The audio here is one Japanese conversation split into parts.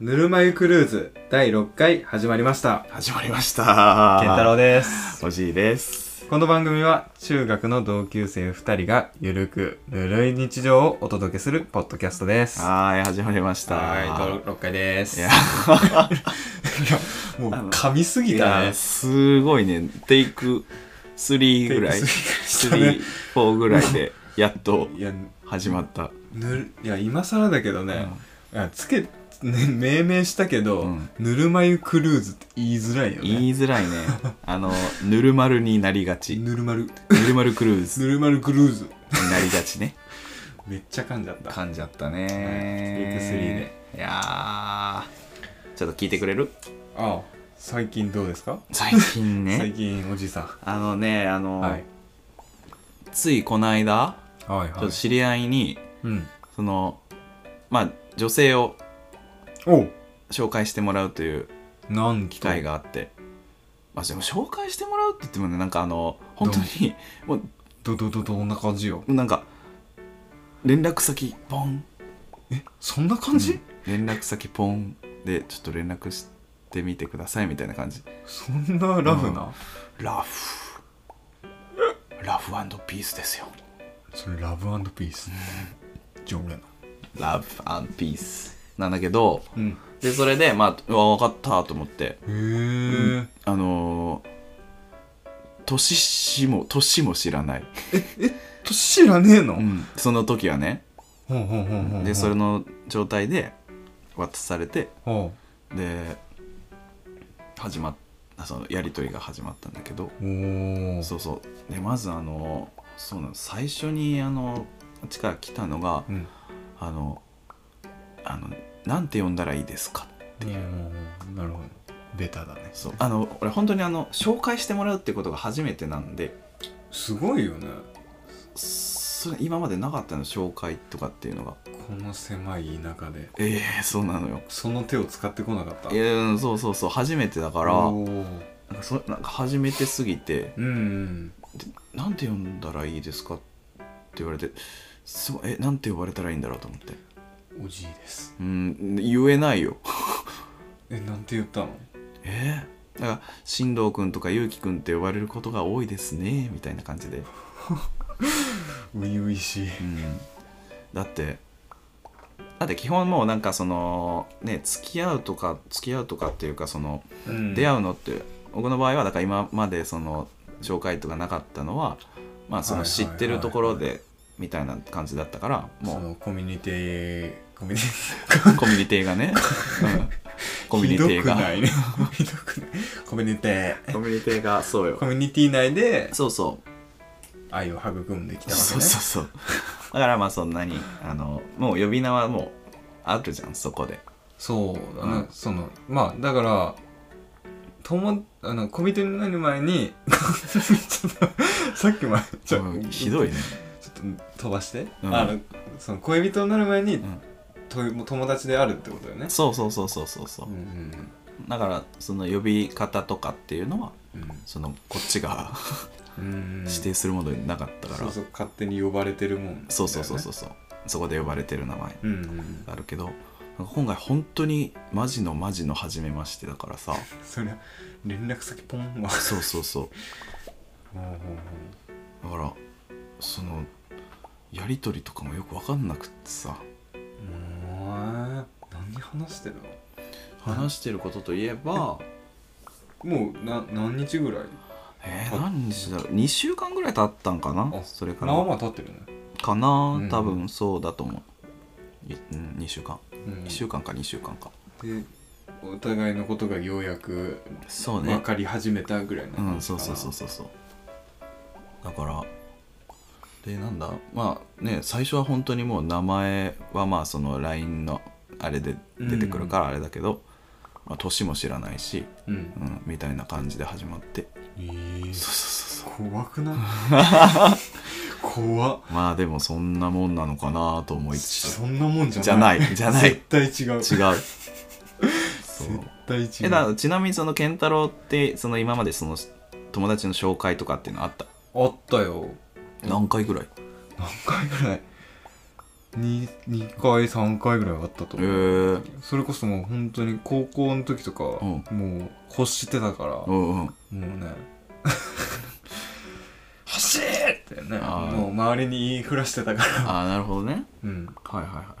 ぬるま湯クルーズ第6回始まりました始まりました健太郎です。おじいですこの番組は中学の同級生2人がゆるくぬるい日常をお届けするポッドキャストですははーい始まりましたい6回ですいやもう噛みすぎいたねやすごいねテイク3ぐらテいイクスリーで34ぐらいでやっといや始まったぬるいや今更だけどね、いやつけ、ね、命名したけど、うんぬるま湯クルーズって言いづらいよね言いづらいねあのぬるまるになりがちぬるまるぬるまるクルーズぬるまるクルーズになりがちねめっちゃ噛んじゃった噛んじゃったはいテイク3ねテイク3でいやーちょっと聞いてくれるああ最近どうですか最近最ね近おじさんあのねあの、はいついこの間はいちょっと知り合いに、うんそのまあ女性をおう紹介してもらうというなん機会があって、まあ、でも紹介してもらうって言ってもねなんかあの本当にもうどどどどんな感じよなんか連絡先ポンそんな感じ、連絡先ポンでちょっと連絡してみてくださいみたいな感じそんなラフな、ラフラフピースですよそれラブピースじゃあ俺のラフピースなんだけどうんでそれでまあうわ分かったと思ってへえ、あのー年しも年も知らない、と知らねえの、その時はね、ほんほんほんほんほんでそれの状態で渡されてほで始まっそのやり取りが始まったんだけどうおおそうそうでまずあのーそうなの最初にあのこっちから来たのがうん「あのあのなんて呼んだらいいですか?」っていうなるほどベタだねそうあの俺本当にあの紹介してもらうってことが初めてなんですごいよねそれ今までなかったの紹介とかっていうのがこの狭い田舎でええそうなのよその手を使ってこなかったいやうんそうそうそう初めてだからおーなんかそなんか初めてすぎてうんうん「なんて呼んだらいいですか?」って言われて「すごいえなんて呼ばれたらいいんだろう?」と思っておじいですうん言えないよえなんて言ったのえー、だから進藤君とか祐く君って呼ばれることが多いですねみたいな感じで、初々しいうん、だってだって基本もうなんかそのね付き合うとか付き合うとかっていうかその出会会うのって僕の場合はだから今までその紹介とかなかったのはまあそのはいはい知はいってるところでみたいな感じだっ たからそものコミュニティコミュニテうコミュニティがね うんィコミュニティが ひどくないね ひどくないコミュニテコミュニティがそうィよコミュニティ内でそうそ愛を育んできうたわけそうねそうそうだからまあそんなにあのもう呼び名はもうあるじゃんそこでそうだね、うんそのまあだからともあの小人になる前に ちょっとさっきまでちょうんひどいねちょっと飛ばして、うんあのその恋人になる前に、んとも友達であるってことだよねそうそうそうそうそうそううんうんだからその呼び方とかっていうのはそのこっちがうんうん指定するものになかったから、そうそう勝手に呼ばれてるもんだよねそうそうそうそうそう、そこで呼ばれてる名前うんうんあるけどなんか今回本当にマジのマジの初めましてだからさそりゃ連絡先ポンはそうそうそううんうんうんだからそのやり取りとかもよく分かんなくってさもう何話してる話してることといえばのもうな何日ぐらいえー、何日だろう2週間ぐらい経ったんかなあそれかまあまらあ経ってるね、かなうん多分そうだと思う、いうん、2週間うん1週間か2週間かでお互いのことがようやくそうね分かり始めたぐらいなうんそうそうそうそうそうだからでなんだまあね最初は本当にもう名前はまあその LINE のあれで出てくるからあれだけど、まあ、年も知らないし、ううんうん、みたいな感じで始まってえそうそうそうそ怖く ない怖っうまあでもそんなもんなのかなと思いつつそんなもんじゃないじゃない じゃない絶対違う違う そう絶対違うえだちなみにその健太郎ってその今までその友達の紹介とかっていうのあったあったよ何回ぐらい何回ぐらい 2, 2回3回ぐらいあったとええ思う、それこそもう本当に高校の時とか、うもう欲してたから、うんうんもうね欲しいってねあーもう周りに言いふらしてたからああなるほどねうんはいはいは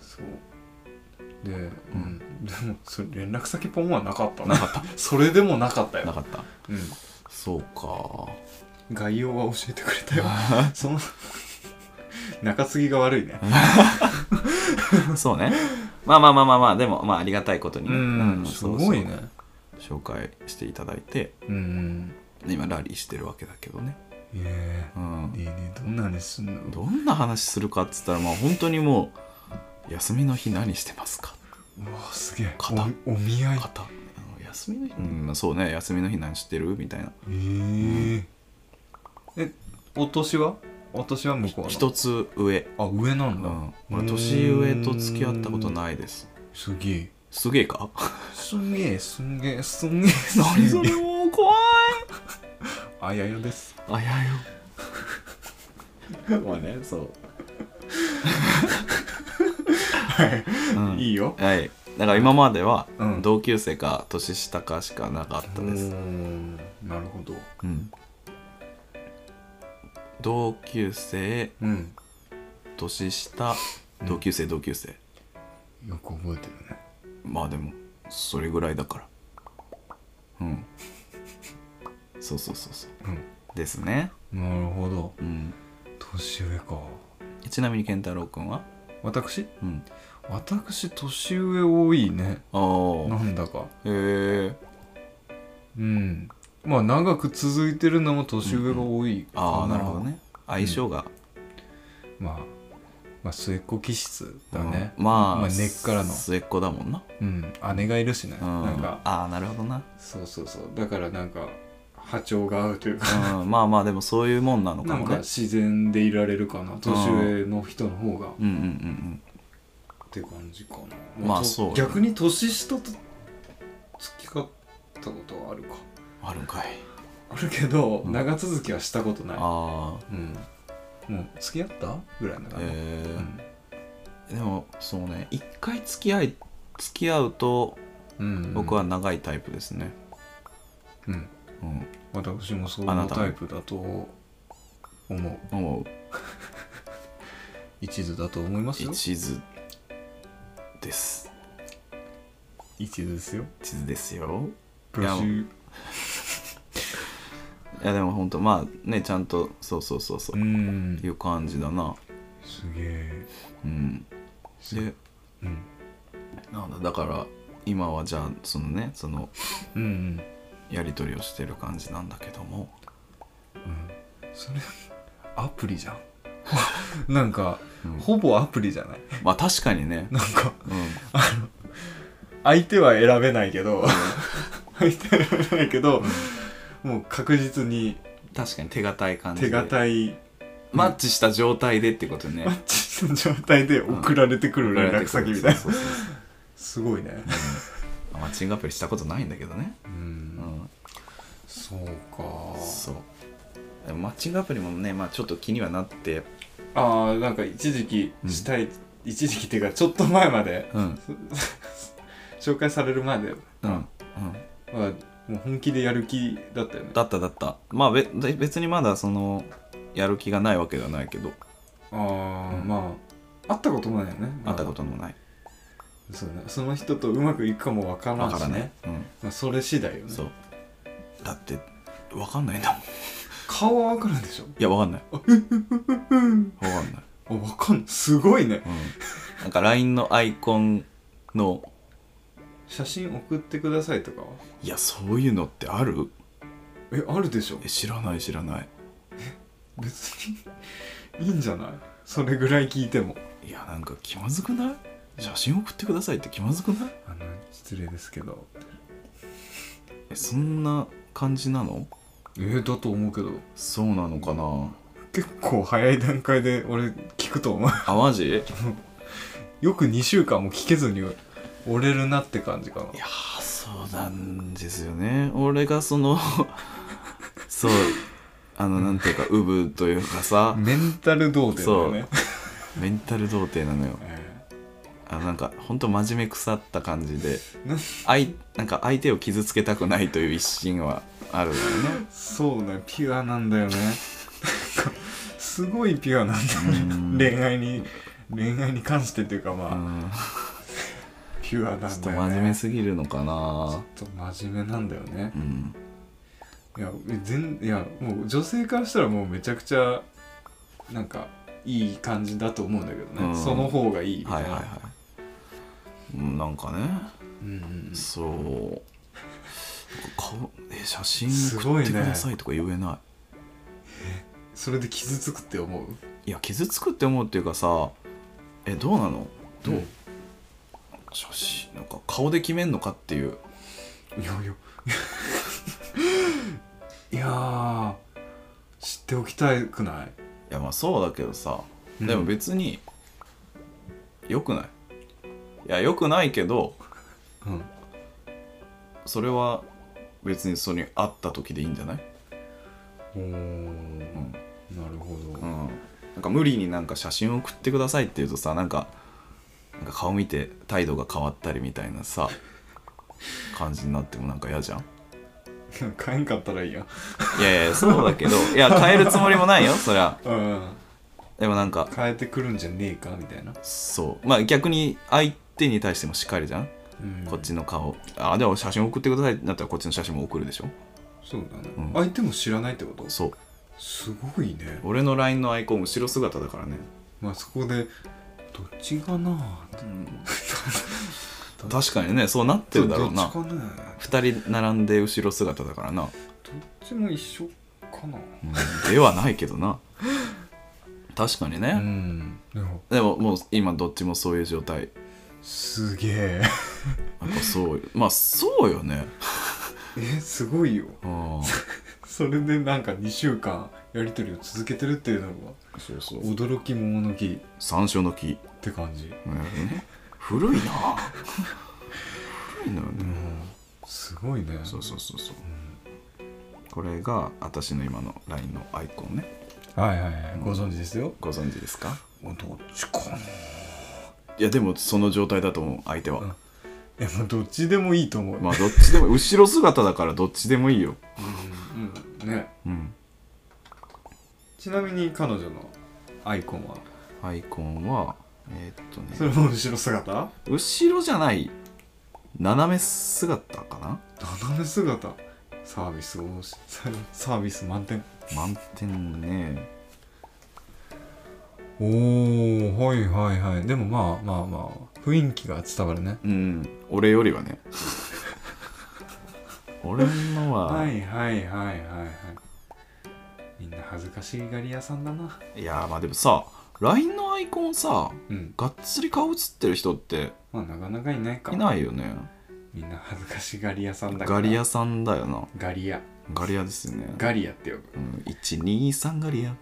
そうで、うん、でもそれ連絡先ポンはなかったななかった それでもなかったいなよ、かったうん、そうか概要は教えてくれたよその中継ぎが悪いねそうねまあまあまあまあまあでもまあありがたいことにね、うんすそうごいねそう紹介していただいてうん今ラリーしてるわけだけどねいえうんねえねえどんな話すんのどんな話するかっつったらまあ本当にもう休みの日何してますかうわすげえ型おお見合い方あの休みの日うんまあそうね休みの日何してるみたいなえーえお年はお年は向こうの一つ上あ上なうんだ、ん俺年上と付き合ったことないですすげえすげえかすんげえすんげえすんげえ何それもう怖いあやよですあやよ まあねそうはい、うんいいよはいだから今まではうん同級生か年下かしかなかったです、うーんなるほどうん同級生うん年下同級生同級生、よく覚えてるねまあでもそれぐらいだからうんそうそうそうそうですねうんなるほどうん年上かちなみに健太郎くんは私うん私年上多いねああなんだかへえうんまあ長く続いてるのも年上が多いかな、ああなるほどね相性が、まあまあ末っ子気質だね、うんまあ、まあ根っからの末っ子だもんな、うん、姉がいるしね、うん、なんかああなるほどな、そうそうそうだからなんか波長が合うというかうん、まあまあでもそういうもんなのかなんもかね自然でいられるかな年上の人の方がっうんうんうんて感じかなまあとそうよ逆に年下と付き合ったことはあるかうんあるんかいあるけど、うん長続きはしたことないあうんもう付き合ったぐらいだあから、ええうんでもそうね一回付き合い付き合うとうん僕は長いタイプですね、うんうん、私もそうあなのたタイプだと思うもう一途だと思いますよ一途です一途ですよ地図ですよプラスいいやでも本当まあねちゃんとそうそうそうそうう、んいう感じだなすげえうんでうんなんだだから今はじゃあそのねそのうんうんやり取りをしてる感じなんだけ どもそれアプリじゃん なんか、うんほぼアプリじゃない まあ確かにね、なんかう相手は選べないけど 相手は選べないけど、もう確実にん、確かに手堅い感じ手で堅い マッチした状態でってことねマッチした状態で送られてくる連絡先みたいなそうそうそうすごいねあマッチングアプリしたことないんだけどね、ううんん、そうかそうでもマッチングアプリもね、まあ、ちょっと気にはなって、あーなんか一時期したい、一時期っていうかちょっと前までうん紹介される前で、うんうん、まあ、もう本気でやる気だったよねだっただったまあべで別にまだそのやる気がないわけではないけどああ、うんまあ会ったこともないよね会ったことともないそうねその人とうまくいくかもわからだんしからねね、うん、まあ、それ次第よねそうだってわかんないんだもんい顔はわかるでしょやわか んないわかんない、あわかんないすごいねうん、なんか LINE のアイコンの写真送ってくださいとかはいやそういうのってあるえあるでしょえ知らない知らない別にいいんじゃないそれぐらい聞いてもいやなんか気まずくない写真送ってくださいって気まずくないあの失礼ですけどえそんな感じなのえー、だと思うけどそうなのかな結構早い段階で俺聞くと思う あマジいよく2週間も聞けずに折れるなって感じかなやーそうなんですよね俺がその そうあのなんていうかウブというかさメンタルどうだよねメンタル童貞なのよあなんかほんと真面目腐った感じでな相なんか相手を傷つけたくないという一心はあるのよ ねそうねピュアなんだよねすごいピュアなんだようんね恋愛に恋愛に関してっていうかまあ、うんピュアなんだよねちょっと真面目すぎるのかなちょっと真面目なんだよねう、んいやえ全いやもう女性からしたらもうめちゃくちゃなんかいい感じだと思うんだけどね、うんその方がいいみたはいいはな、いはいうんなんかねうんうんそうかえ写真すご送いねってくださいとか言えないそれで傷つくって思ういや傷つくって思うっていうかさえどうなのどう、うん写真なんか顔で決めんのかっていういやいやいやー知っておきたくないいやまあそうだけどさ、うんでも別によくないいやよくないけどうんそれは別にそれに会った時でいいんじゃない、おーうんなるほど、うん、なんか無理になんか写真を送ってくださいって言うとさなんかなんか顔見て態度が変わったりみたいなさ感じになってもなんか嫌じゃん 買えんかったらいいやいやいやそうだけどいや変えるつもりもないよそりゃうんでもなんか変えてくるんじゃねえかみたいな、そうまあ逆に相手に対してもしっかりじゃん、うんこっちの顔あでも写真送ってくださいってなったらこっちの写真も送るでしょそうだね、うん相手も知らないってことそうすごいね俺の LINE のアイコン後ろ姿だからね、まあそこでどっちがなあ 確かにねそうなってどるだろうどなっちかな2人並んで後ろ姿だからな、どっちも一緒かなうんではないけどな 確かにうね、んでもでももう今どっちもそういう状態すげえ やっぱそう まあそうよねえすごいようんそれでなんか2週間やり取りを続けてるっていうのがそうそう驚き桃の木山椒の木って感じうん古いな古いのようね、んすごいねそうそうそうそうこれが私の今の LINE のアイコンねはいはいはいご存知ですよご存知ですかどっちかない やでもその状態だと思う相手は、うんえもうどっちでもいいと思う、まあどっちでも後ろ姿だからどっちでもいいようんねうんちなみに彼女のアイコンはアイコンはえーっとそねれも後ろ姿後ろじゃない斜め姿かな斜め姿サービスをしサービス満点満点ねおーはいはいはいでもまあまあまあ雰囲気が伝わるねうん俺よ りはね俺のは、、はいはいはいはいはいみんな恥ずかしがり屋さんだないやまあでもさ LINE のアイコンさうんがっつり顔写ってる人ってまあなかなかいないかいないよねみんな恥ずかしがり屋さんだからガリアさんだよなガリアガリアですよねガリアって呼ぶうん、123ガリア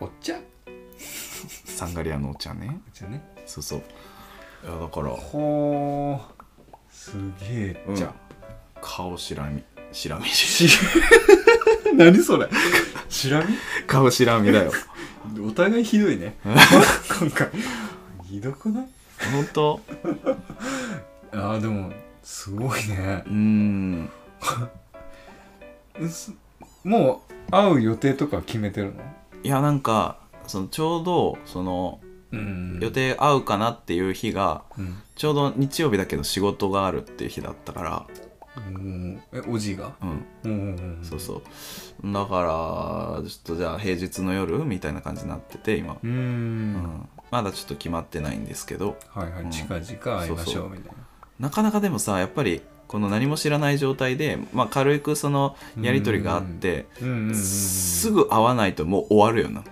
おっちゃん3ガリアのお茶ねおっちゃんねそうそういやだから、ほーすげえ、うんじゃ顔しらみしらあみ 何それチラ見 顔しらみだよお互いひどい ね今回ひどくない本当あーでもすごいねうーんすもう会う予定とか決めてるのいやなんかそのちょうどそのうん予定合うかなっていう日がうんちょうど日曜日だけど仕事があるっていう日だったかうんえおじいがらうんうんうんうんそうそうだからちょっとじゃあ平日の夜みたいな感じになってて今、うーうんまだちょっと決まってないんですけどはいはうんい近々会いましょそうそううみたいななかなかでもさやっぱりこの何も知らない状態で、まあ、軽くそのやり取りがあって、うんうんうんうんすぐ会わないともう終わるよな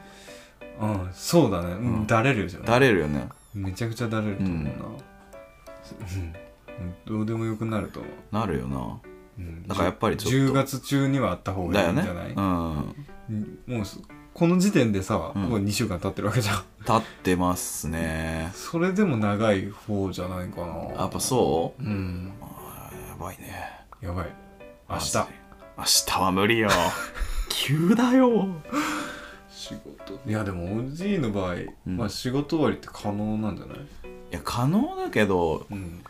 うんそうだねううんんだれるじゃんだれるよねめちゃくちゃだれると思うなうんどうでもよくなると思うなるよなうんだからやっぱりちょっ10と月中にはあった方だがいいよんじねゃないうんうんもうすこの時点でさ、うんもう2週間経ってるわけじゃん立ってますねそれでも長い方じゃないかなやっぱそううんあーやばいねやばい明ま日 ずい明日は無理よ急だよし仕事いやでもおじいの場合、うんまあ仕事終わりって可能なんじゃないいや可能だけどうん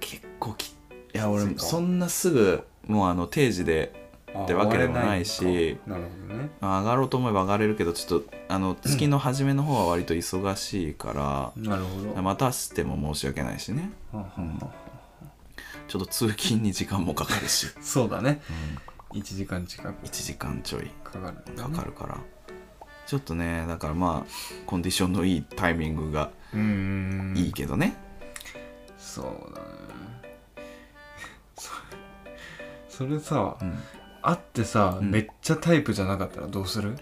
結構きいや俺きついかそんなすぐもうあの定時であってわけでもないし終われないのかなるほどねまあ上がろうと思えば上がれるけどちょっとあの月の初めの方は割と忙しいかなるほど、ら待たしても申し訳ないしねはあはあはちょっと通勤に時間もかか るし、あそうだね1時間近く1時間ちょいかかるんだかねかるから、ちょっとねだからまあコンディションのいいタイミングがうーんいいけどね、そうだねそそ れさ、うん会ってさ、うんめっちゃタイプじゃなかったらどうする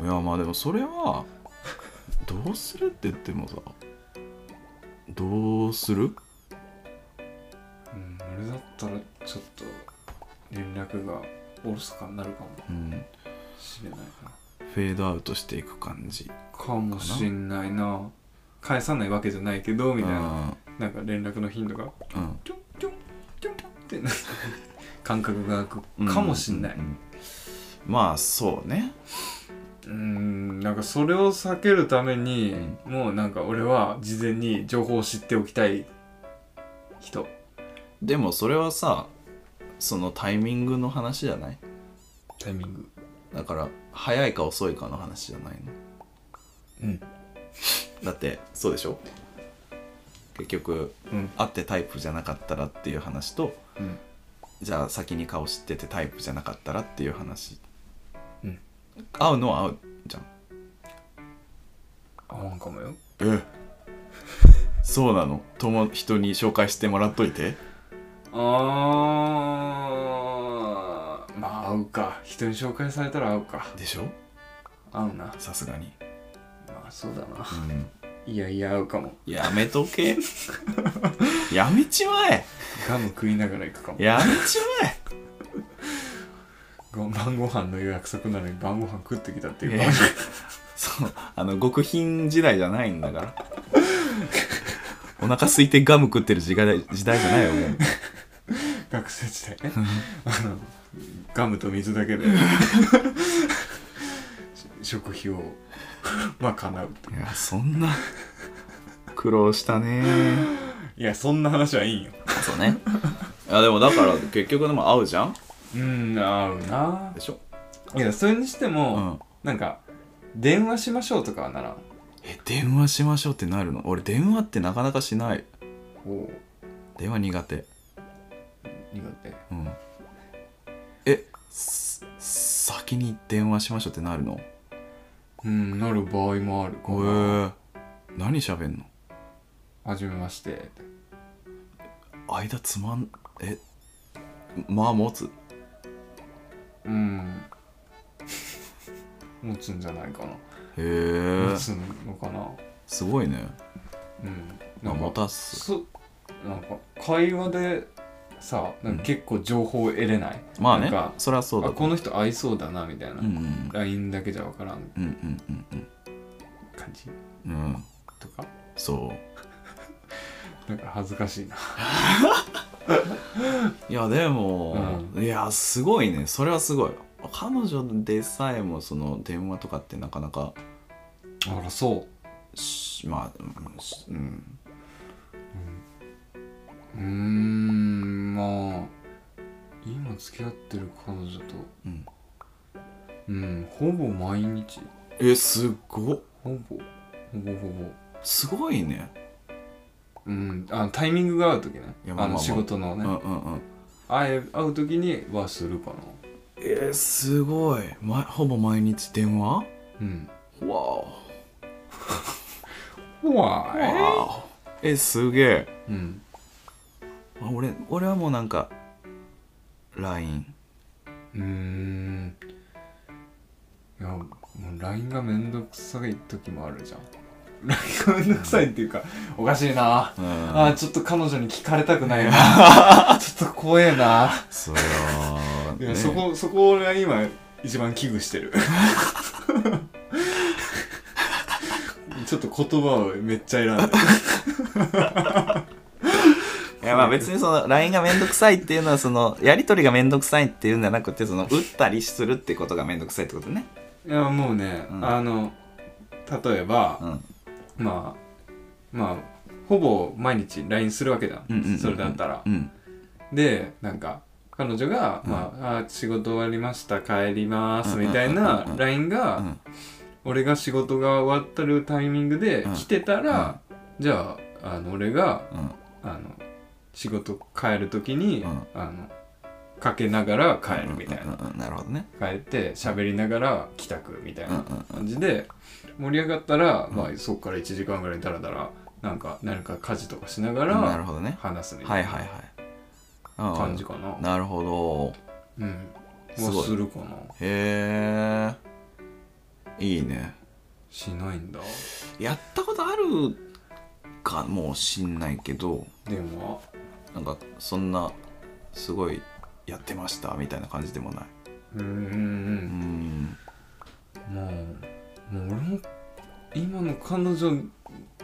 いやまあでもそれはどうするって言ってもさどうするうん俺だったらちょっと連絡がおろそかになるかもうんしれないなフェードアウトしていく感じかもしんないな返さないわけじゃないけどみたいななんか連絡の頻度がうんうんちょんちょんちょんってな感覚が空くかもしんないうんまあそうねうんなんかそれを避けるために、もうなんか俺は事前に情報を知っておきたい人でもそれはさそのタイミングの話じゃないタイミングだから早いか遅いかの話じゃないのうんだってそうでしょ結局うん会ってタイプじゃなかったらっていう話とうんじゃあ先に顔知っててタイプじゃなかったらっていう話うん会うのは会うじゃん合わんかもよえそうなのとも人に紹介してもらっといてあーまあ合うか人に紹介されたら合うかでしょ合うなさすがに、まあそうだなうん、いやいや合うかもやめとけやめちまえガム食いながら行くかもやめちまえご晩ご飯の約束なのに晩ご飯食ってきたっていういか やそうあの極貧時代じゃないんだからお腹空いてガム食ってる時代時代じゃないよもう学生時代 ねあのガムと水だけで し食費を まあ叶うっていいやそんな苦労したねういやそんな話はいいんよそうねいやでもだから結局でも合うじゃんうん合うなでしょいやそれにしても、うんなんか電話しましょうとかはならんえ電話しましょうってなるの俺電話ってなかなかしないおう電話苦手苦手うんえす先に電話しましょうってなるのうんなる場合もあるへえ何喋んのはじめまして間つまんえまあ持つうん持つんじゃないかな、へ持えつのかなすごいねうんまあなん持かたすそなんか会話でさなんか結構情報を得れない、まあなんねかそりゃそうだあこの人合いそうだなみたいな、うんうんうん LINE だけじゃ分からんうんうん感じうんうんうんとかそなんか恥ずかしいなういやでも、いやすごいねそれはすごい彼女でさえもその電話とかってなかなかあらそしまあうんしうんううーんまあ今付き合ってる彼女とうんうんほぼ毎日えすごほぼほぼほぼすごいねうんあタイミングが合う時ねいやまああまあまのあ仕事のうね、んうんうん会え会う時にはするかなえー、すごい、ま、ほぼ毎日電話わうんおうわーいわおえすげえうんあ俺俺はもうなんか LINE うーんいやもう LINE がめんどくさい時もあるじゃん LINE がめんどくさいっていうかおかしいなうんあーちょっと彼女に聞かれたくないな ちょっと怖えなそれは、いね、やそこそこ俺は今一番危惧して るちょっと言葉をめっちゃ選んでるいやまあ別にその LINE がめんどくさいっていうのはそのやり取りがめんどくさいっていうんじゃなくてその打ったりするってことがめんどくさいってことねいやもうね、うんあの例えば、うんまあまあほぼ毎日 LINE するわけだ、うんうんうんうんそれだったらうんでなんか彼女が「まあ、あー仕事終わりました帰ります」みたいうんうんなうんうん LINE が、うん俺が仕事が終わってるタイミングでうん来てたら、じゃああの俺がうんあの仕事帰る時に、うんあのかけながら帰るみたいな、うんうんうんなるほどね帰って喋りながら帰宅みたいうんうなん感じで盛り上がったら、まあ、そこから1時間ぐらいダラダラなんか何か家事とかしながなるらほどね話すみはたいいはいなはい感じかかな、なるほどうんすごいはするかなへえいいねしないんだやったことあるかもしんないけど電話なんかそんなすごいやってましたみたいな感じでもないうーうんんもうもう俺も今の彼女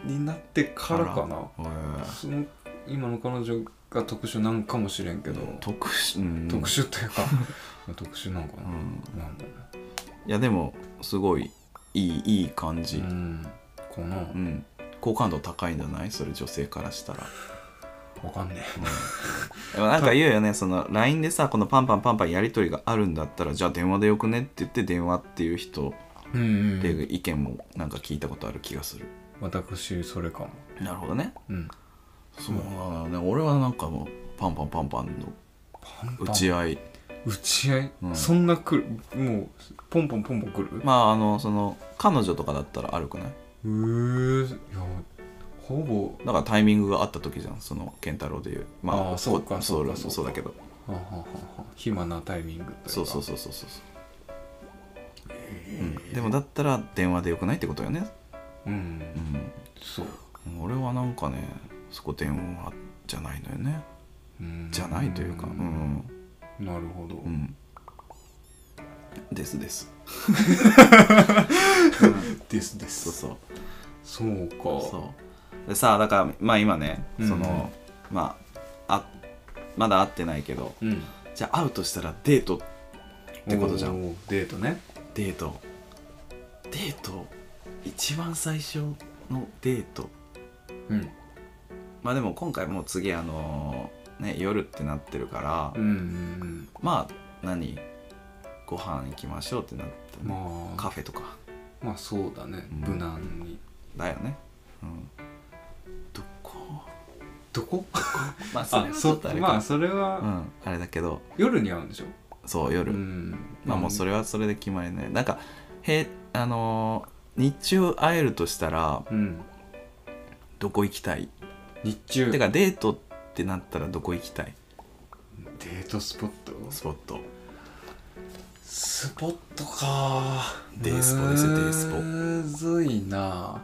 になってからかなへーその今の彼女が特殊なんかもしれんけど、特殊うん特殊というか 特殊なんかうな、んなんだろいやでもすごいいいいい感うじうんかな、うん好感度高いんじゃないそれ女性からしたらわかんねでもなんか言うよねその LINE でさこのパンパンパンパンやり取りがあるんだったらじゃあ電話でよくねって言って電話っていう人っえうん、ていう意見もなんか聞いたことある気がする、私それかもなるほどねうんそうなのね俺はなんかもうパンパンパンパンのパンパン打ち合い打ち合い、うんそんなくるもうポンポンポンポンくる、まああのその彼女とかだったらあるくないうーいやほぼだからタイミングがあった時じゃんその健太郎でいうまあーそうかこそうかそうそうかだけどはあはあはあはあ暇なタイミングというかそうそうそうそうそううん、でもだったら電話でよくないってことよね、うん、うん、そう、俺はなんかねそこ電話じゃないのよねうんじゃないというかうんなるほど、うんですですですでそうすそうそうかそうでさあだからまあ今ねうんその、まああまだ会ってないけどう、ん、っじゃあ会うとしたらデートてことじゃんデートねデートデート一番最初のデートうんまあでも今回もう次あのね夜ってなってるから、うんうんまあ何ご飯行きましょうってなって、うんまあカフェとかまあそうだね、うん無難にだよねうんどこどこまあそあ れはちそょっうとあれかまあそれは、うん、あれだけど夜に会うんでしょそう夜、うんまあもうそれはそれで決まりないなんかへあのー日中会えるとしたらうんどこ行きたい日中てかデートってなったらどこ行きたいデートスポットスポットスポットかデースポですよデースポむずいな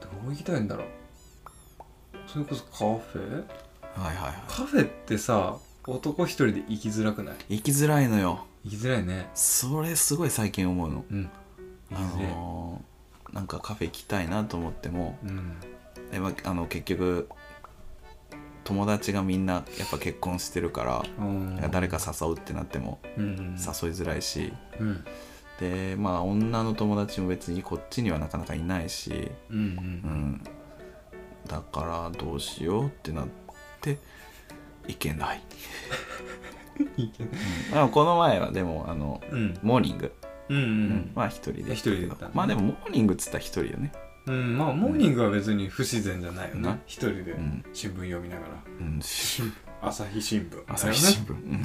どう行きたいんだろうそれこそカフェはいはいはいカフェってさ男一人で行きづらくない行きづらいのよ行きづらいねそれすごい最近思うの、うん行あきづらい、のーなんかカフェ行きたいなと思ってもうんでまあの結局友達がみんなやっぱ結婚してるからうんなんか誰か誘うってなってもうん誘いづらいし、うんでまあ女の友達も別にこっちにはなかなかいないし、うんううんん、だからどうしようってなって行けない、いけないうんあこの前はでもあのうんモーニング、うんうんまあ一人で行った一人でけ行どったねまあでもモーニングっつったら一人よね、うんまあモーニングは別に不自然じゃないよなね一人でうん新聞読みながらうん、し朝日新聞朝日新聞、うん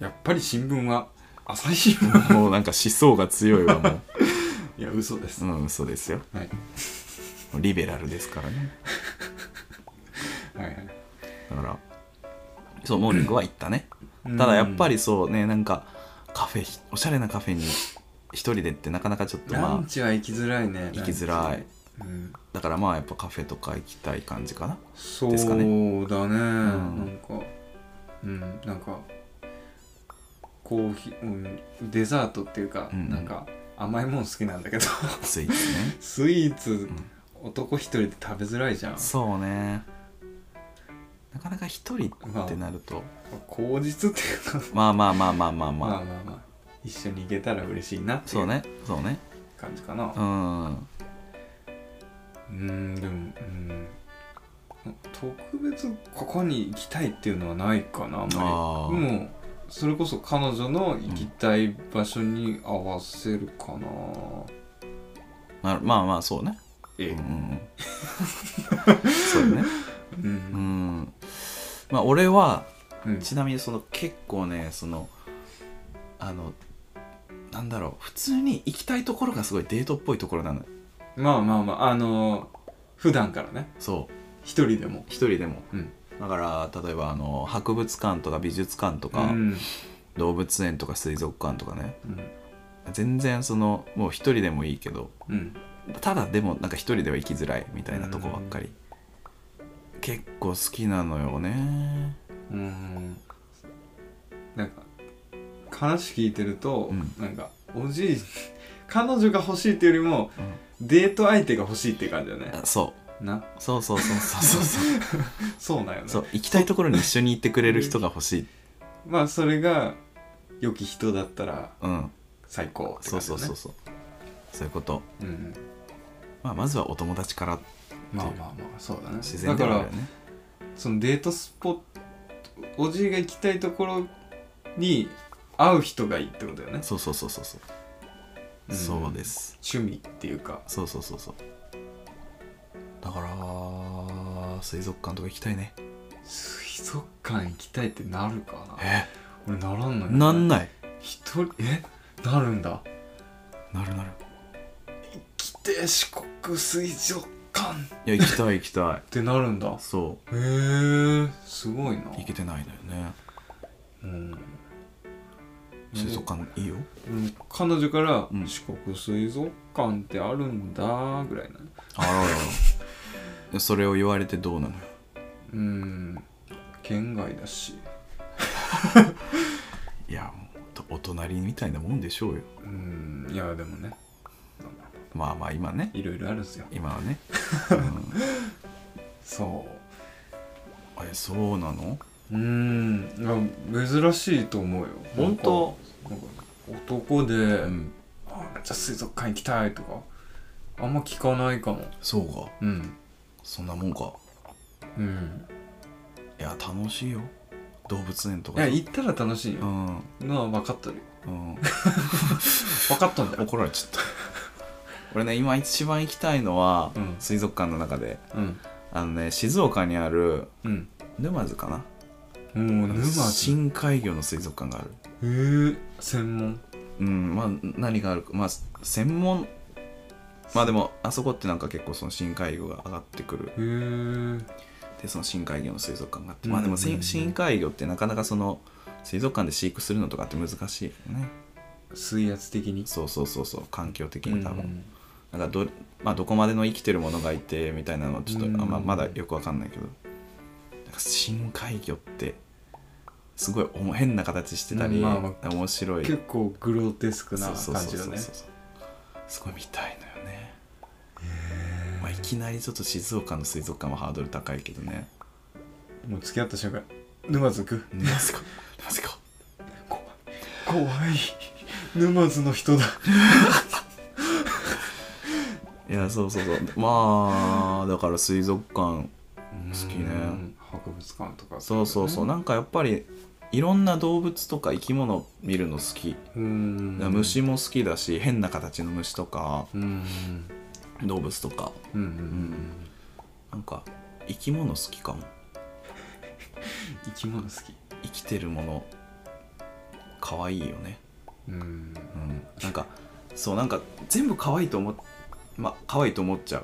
やっぱり新聞は朝日新聞 もうなんか思想が強いわもういや嘘です、うん嘘ですよはい、リベラルですからねはいはいだからそうモーニングは行ったねただやっぱりそうねなんかカフェおしゃれなカフェに一人でってなかなかちょっとラまンあチは行きづらいね行きづらランいチうん、だからまあやっぱカフェとか行きたい感じかなそうすだかねねなんんかうんなんかコーヒー、うん、デザートっていうか、うんなんか甘いもん好きなんだけど スイーツねスイーツ、ん男一人で食べづらいじゃんそうねなかなか一人ってなると、口実っていうかまあ、まあまあまあまあまあまあまあまあ一緒に行けたら嬉しいなっていそううねそうね感じかなうんうーんでもうん特別ここに行きたいっていうのはないかなあんまありーもうそれこそ彼女の行きたい場所に合わせるかな、まあまあまあそうねえうんうん うんそうねううんんまあ俺はうんちなみにその結構ねそのあのなんだろう普通に行きたいところがすごいデートっぽいところなのよまあまあまああのー普段からねそう一人でも一人でも、うんだから例えばあの博物館とか美術館とうか、ん、動物園とか水族館とかねうん全然そのもう一人でもいいけどうん、ただでもなんか一人では行きづらいみたいなとこばっかり、結構好きなのよねうんなんか話聞いてると、うんなんかおじい彼女が欲しいっていうよりも、デート相手が欲しいって感じだよねあそなうそうそうそうそうそうそう そうなんよねそう行きたいところに一緒に行ってくれる人が欲しいまあそれが良き人だったらうん最高って感そうじだそねうそうそうそういうこと、うん、まあ、まずはお友達からまあまあまあそうだね自然だでかはあらるよねそのデートスポットおじいが行きたいところに会う人がいいってことだよねそうそうそうそうそう、うんそうです趣味っていうかそうそうそうそうだから水族館とか行きたいね水族館行きたいってなるかなえ俺ならんのよ、ね、なんいない一人えなるんだなるなる来て四国水族館っいや行きたい行きたいてなるんだそへえすごいなう行けてないんだよねうん水族館いいようん彼女から「うん四国水族館ってあるんだ」ぐらいなあらららで それを言われてどうなのようん県外だしいやもうとお隣みたいなもんでしょうようんいやでもねなんだろまあまあ今ねういろいろあるんですよ今は ね、うんそえそうなのううんいや珍しいと思うよ本当なんかなんか男で、うんあめっちゃ水族館行きたいとかあんま聞かないかもそうかうんそんなもんかうんいや楽しいよ動物園といかや行ったら楽しいうよ、ん、のは分かっとるようん、分かっとんだよ怒られちゃった 俺ね今一番行きたいのは、うん水族館の中でうんあのね静岡にあるうん沼津かなもう沼地へ深海魚の水族館があるえ専門うんまあ何があるかまあ専門まあでもあそこってなんか結構その深海魚が上がってくるへえでその深海魚の水族館があってうんまあでもせん深海魚ってなかなかその水族館で飼育するのとかって難しいよね水圧的にそうそうそうそう環境的に多分、うんなんかど,、まあ、どこまでの生きてるものがいてみたいなのはちょっと、うんあまあ、まだよくわかんないけどなんか深海魚ってすごいおも変な形してたり、まあま面白い結構グロテスクなそうそう感そじうだそうねそうすごい見たいのよね、まあ、いきなりちょっと静岡の水族館はハードル高いけどねもう付き合った瞬間沼津行くなぜかなぜか怖い沼津の人だいやそうそうそう まあだから水族館好きね博物館とかそうそうそうなんかやっぱりいろんな動物とか生き物見るの好きううん虫も好きだし変な形の虫とかうん動物とかうんうんなんか生き物好きかも生き物好き生きてるもの可愛いよねうんうんなんかそうなんか全部可愛いと思っまあ可愛いと思っちゃ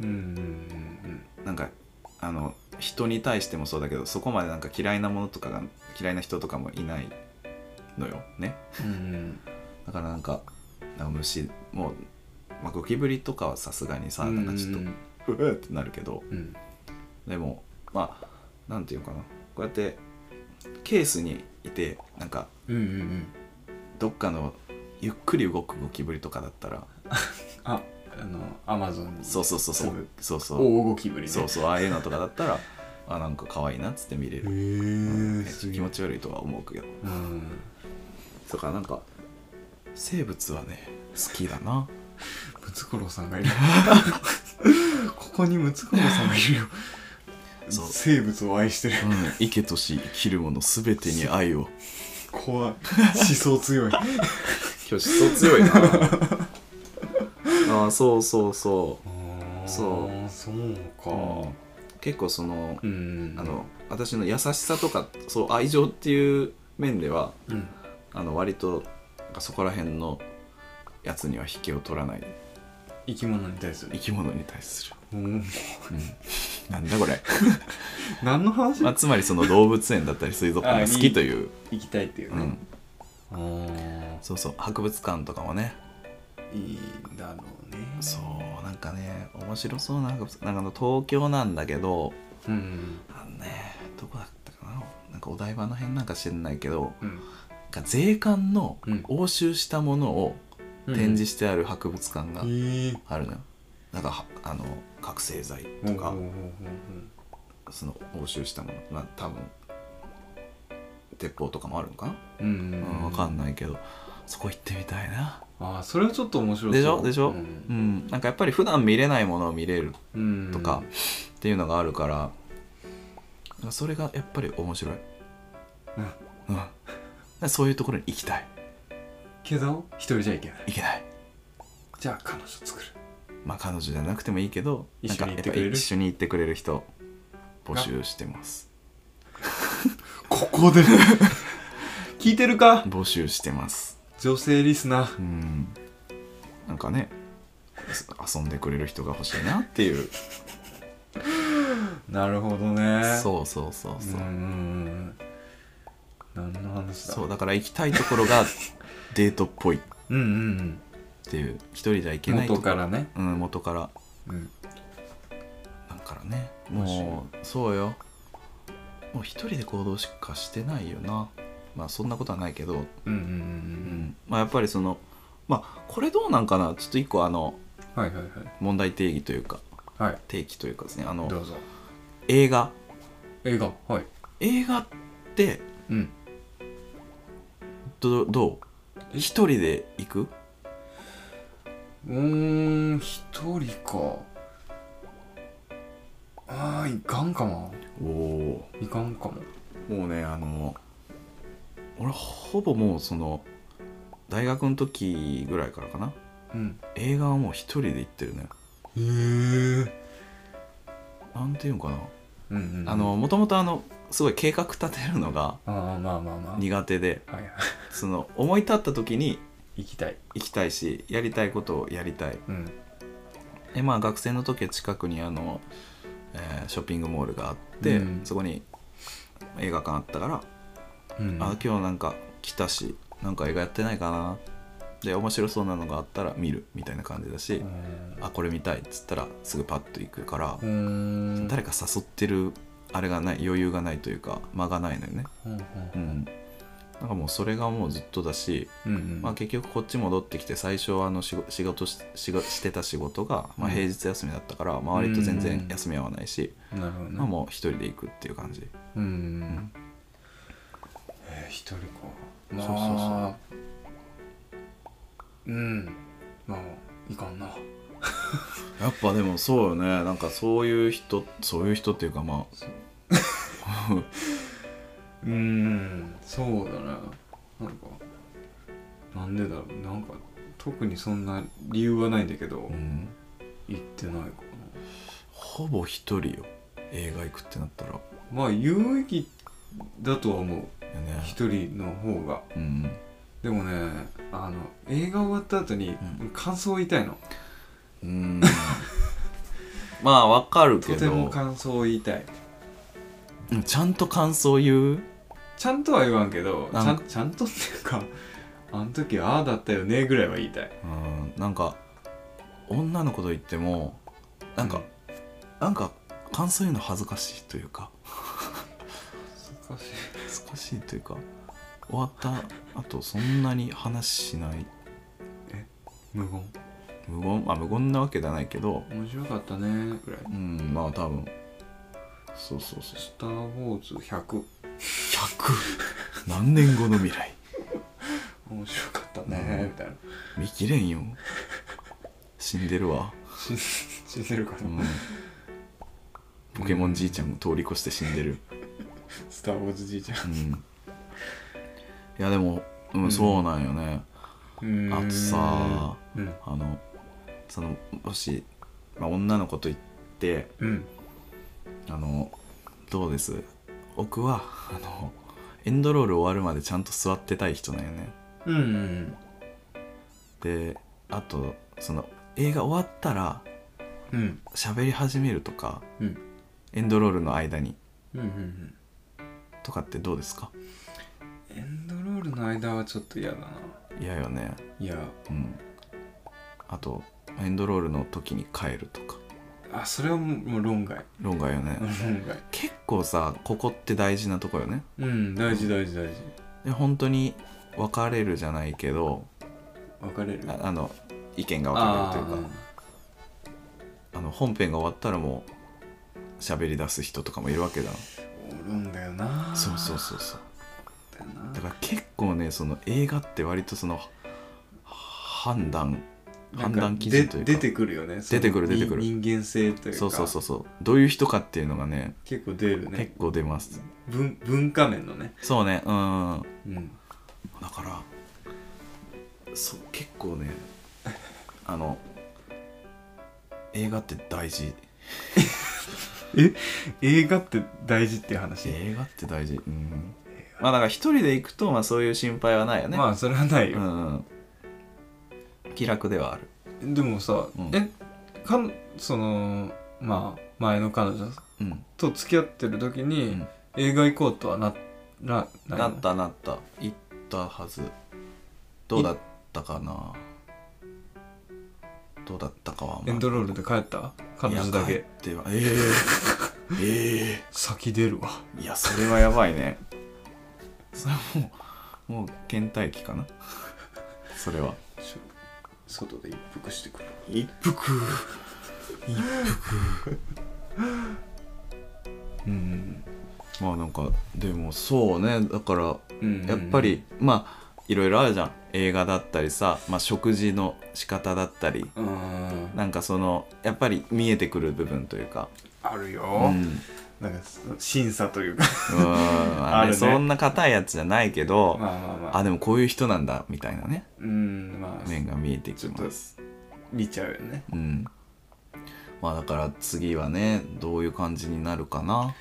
うんうんうなんかあの人に対してもそうだけどそこまでなんか嫌いなものとかが嫌いな人とかもいないのよねうんうんだからなんかなんか虫もう、まあ、ゴキブリとかはさすがにさなんかちょっとうんうわってなるけど、うんでもまあなんていうかなこうやってケースにいてなんかうんうんどっかのゆっくり動くゴキブリとかだったらああのアマゾンにそうそうそうそすうぐそうそう大ゴキブリねそうそうああいうのとかだったらあなんか可愛いなっつって見れる、へえ気持ち悪いとは思うけどうんそうかなんか生物はね好きだなムツゴロウさんがいる ここにムツゴロウさんがいるよそう生物を愛してるうん生けとし生きるもの全てに愛を怖い思想強い今日思想強い なああそうそうそそ そうそうう、うんか、結構そのうんあの私の優しさとかそう愛情っていう面ではうんあの割となんかそこら辺のやつには引けを取らない生き物に対す生るき物に対する、うんうん、なんだこれ、何の話、まあ、つまりその動物園だったり水族館が好きという、行きたいっていううねん、、あーそうそう博物館とかもねいいんだろうねそうなんかね面白そうな博物なんかあの東京なんだけどううんあのねどこだったかななんかお台場の辺なんか知らないけどうんなんか税関のうん押収したものをうん展示してある博物館がええあるのよ、なんかはあの覚醒剤うとんか、うんうんうんその押収したものまあ多分鉄砲とかもあるのかな、うんううんんわかんいないけどそこ行ってみたいなああそれはちょっと面白いでしょでしょ、ううんんなんかやっぱり普段見れないものを見れるうんとかっていうのがあるから、それがやっぱり面白い、うん、だからそういうところに行きたいけど一人じゃいけない行けないじゃあ彼女作るまあ彼女じゃなくてもいいけど一緒に行ってくれるなんかやぱ一緒に行ってくれる人募集してますここで聞いてるか募集してます女性リスナーうんなんかね遊んでくれる人が欲しいなっていう、なるほどねうそうそうそうそんうんう、うん何の話だそうだから行きたいところ がデートっぽいっうんうんていう一人じゃ行うけんないと元こからねうん、元からうんだからね面白いもうそうよもう一人で行動しかしてないよなまあそんなことはないけど、うんうんううんんまあ、やっぱりそのまあこれどうなんかなちょっと一個あのうんはいはい問題定義というかはいはい定義というかですねどあのうぞ映画映画はい映画ってうんどどうえ一人で行くうーん一人かあーいかんかもおおいかんかももうねあの俺ほぼもうその大学の時ぐらいからかなうん映画はもう一人で行ってるねへえなんていうのかなうんうんあのもともとあのすごい計画立てるのがあーまあまあまあ苦手ではいはいその思い立った時に行きたい行きたいしやりたいことをやりたいうんでまあ学生の時は近くにあの、えーショッピングモールがあって、うんそこに映画館あったから、うんあ今日なんか来たしなんか映画やってないかなで面白そうなのがあったら見るみたいな感じだし、うあこれ見たいっつったらすぐパッと行くから、ーん誰か誘ってるあれがない余裕がないというか間がないのよねうんうんうん、なんかもうそれがもうずっとだし、うんまあ、結局こっち戻ってきて最初はあの仕事仕事ししがしてた仕事が、まあ、うん平日休みだったから周りと全う然ん休み合わないし、うんなるほどねまあ、もう一人で行くっていう感じ、うんうんううんんえー一人かそうまそうそうあうんまあいかんなやっぱでもそうよねなんかそういう人そういう人っていうかまあうーんそうだななんかなんでだろうなんか特にそんな理由はないんだけど、うん言ってないかなほぼ一人よ映画行くってなったらよまあ有益だとは思うね一人の方がうんでもねあの映画終わった後にうん感想を言いたいの、うんまあわかるけとてもど感想を言いたいうんちゃんと感想言うちゃんとは言わんけどちなんゃかんちゃんとっていうかあの時ああだったよねぐらいは言いたいうんなんか女の子と言ってもなんか、なんか感想言うの恥ずかしいというか難しい恥ずかしいというか終わったあとそんなに話しない無言無言まあ無言なわけじゃないけど面白かったねぐらいうんまあ多分そうそうそ「うスター・ウォーズ100 100何年後の未来面白かったね」ねみたいな見切れんよ死んでるわ、死ん 死んでるから、うん、ポケモンじいちゃんも通り越して死んでるスター・ウォーズじいちゃうんいやでも、うんうんそうなんよねんあとさうんあのそのもし、まあ、女の子と言ってうんあのどうです僕はあのエンドロール終わるまでちゃんと座ってたい人なんよねうんうんであとその映画終わったらうん喋り始めるとかうんエンドロールの間にうんうんとかってどうですかエンドロールの間はちょっと嫌だな嫌よねいやうんあとエンドロールの時に帰るとかあそれはもうもう論外論外よね論外結構さここって大事なとこよねうん大事大事大事で本当に別れるじゃないけど分かれるああの意見が分あかれるというかあの本編が終わったらもう喋り出す人とかもいるわけだーおるんだよなそうそうそうそうだよなだから結構ねその映画って割とそのは判断なん判か断基準というかで出てくるよねその出てくる出てくる人人間性というかそうそうそうそうどういう人かっていうのがね結構出るね結構出ます文文化面のねそうねうんうんだからそう結構ねあの映画って大事え映画って大事っていう話映画って大事うんまあだから一人で行くとまあそういう心配はないよね、まあそれはないうんよ、うん気楽ではあるでもさ、うんえかんそのまあ前の彼女うんと付き合ってる時に、うん映画行こうとはななななったなった行ったはずどうだったかなどうだったかはエンドロールで帰った彼女だいやけ帰ってはえええ先出るわえいやそれはやばいね それはもうもう倦怠期かな それはちょ外で一服してくる一服一服うんまあなんかでもそうねだからうんやっぱり、まあいろいろあるじゃん映画だったりさ、まあ、食事の仕方だったりうんなんかそのやっぱり見えてくる部分というかあるよ、うん うんなんかそ審査というかああれるねそんな硬いやつじゃないけど、まあまあまああでもこういう人なんだみたいなねうんまあ面が見えてきちょっとます見ちゃうよねうんまあだから次はねどういう感じになるかな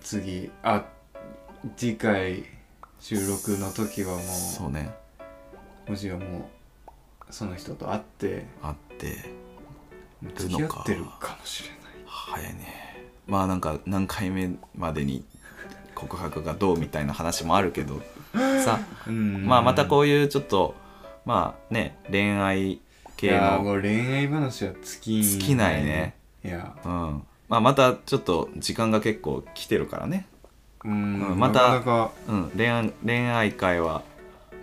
次あ次回収録の時はもそうねうもしはもうその人と会ってあってもうる付きの合かってるかもしれない早いねまあなんか何回目までに告白がどうみたいな話もあるけどさうんまあまたこうういうちょっとまあね恋愛い系やの、もう恋愛話は尽き尽きないねいやうんまあ、またちょっと時間が結構来てるからね、うん、うんまたなかなかうん、恋愛恋愛会は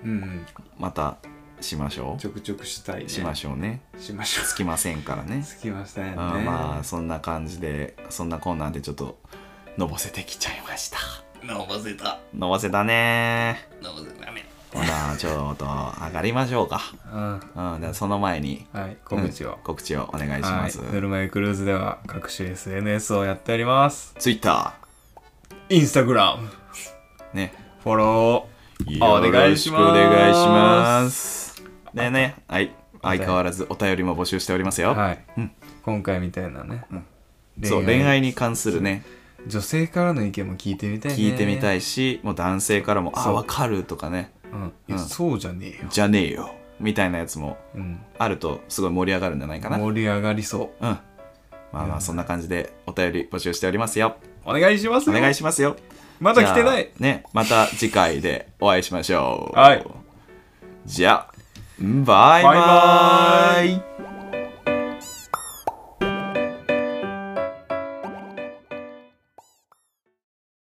うんまたしましょちょくちょくしたいねうしましょうねょしましょつきませんからうね、つきましたようねん、まあそんな感じでそんなコーナーでちょっとのぼせてきちゃいました飲ませたのぼせたね飲ませたダメほらちょっと上がりましょうかうんうん、ではその前にはい告知をうん、告知をお願いします。はい、ぬるま湯クルーズでは各種 SNS をやっておりますツイッタインスタグラムーね。フォロお願いしますよろくお願いします。でね、はい、相変わらずお便りも募集しておりますーよ。はい、うん今回みたいなね、そう恋愛に関するね女性からの意見も聞いてみたいね聞いてみたい、いし、もう男性からも「あそうわかる」とかねうんいやうんそうじゃねえ「よ、じゃねえよ」みたいなやつもうん、あるとすごい盛り上がるんじゃないかな。うん盛り上がりそうまあまあそんな感じでお便り募集しておりますよ。お願いしますおよ願いしますよ。まだ来てないじゃあね、また次回でお会いしましょう。はい。じゃあ、バイバイ。バイバイ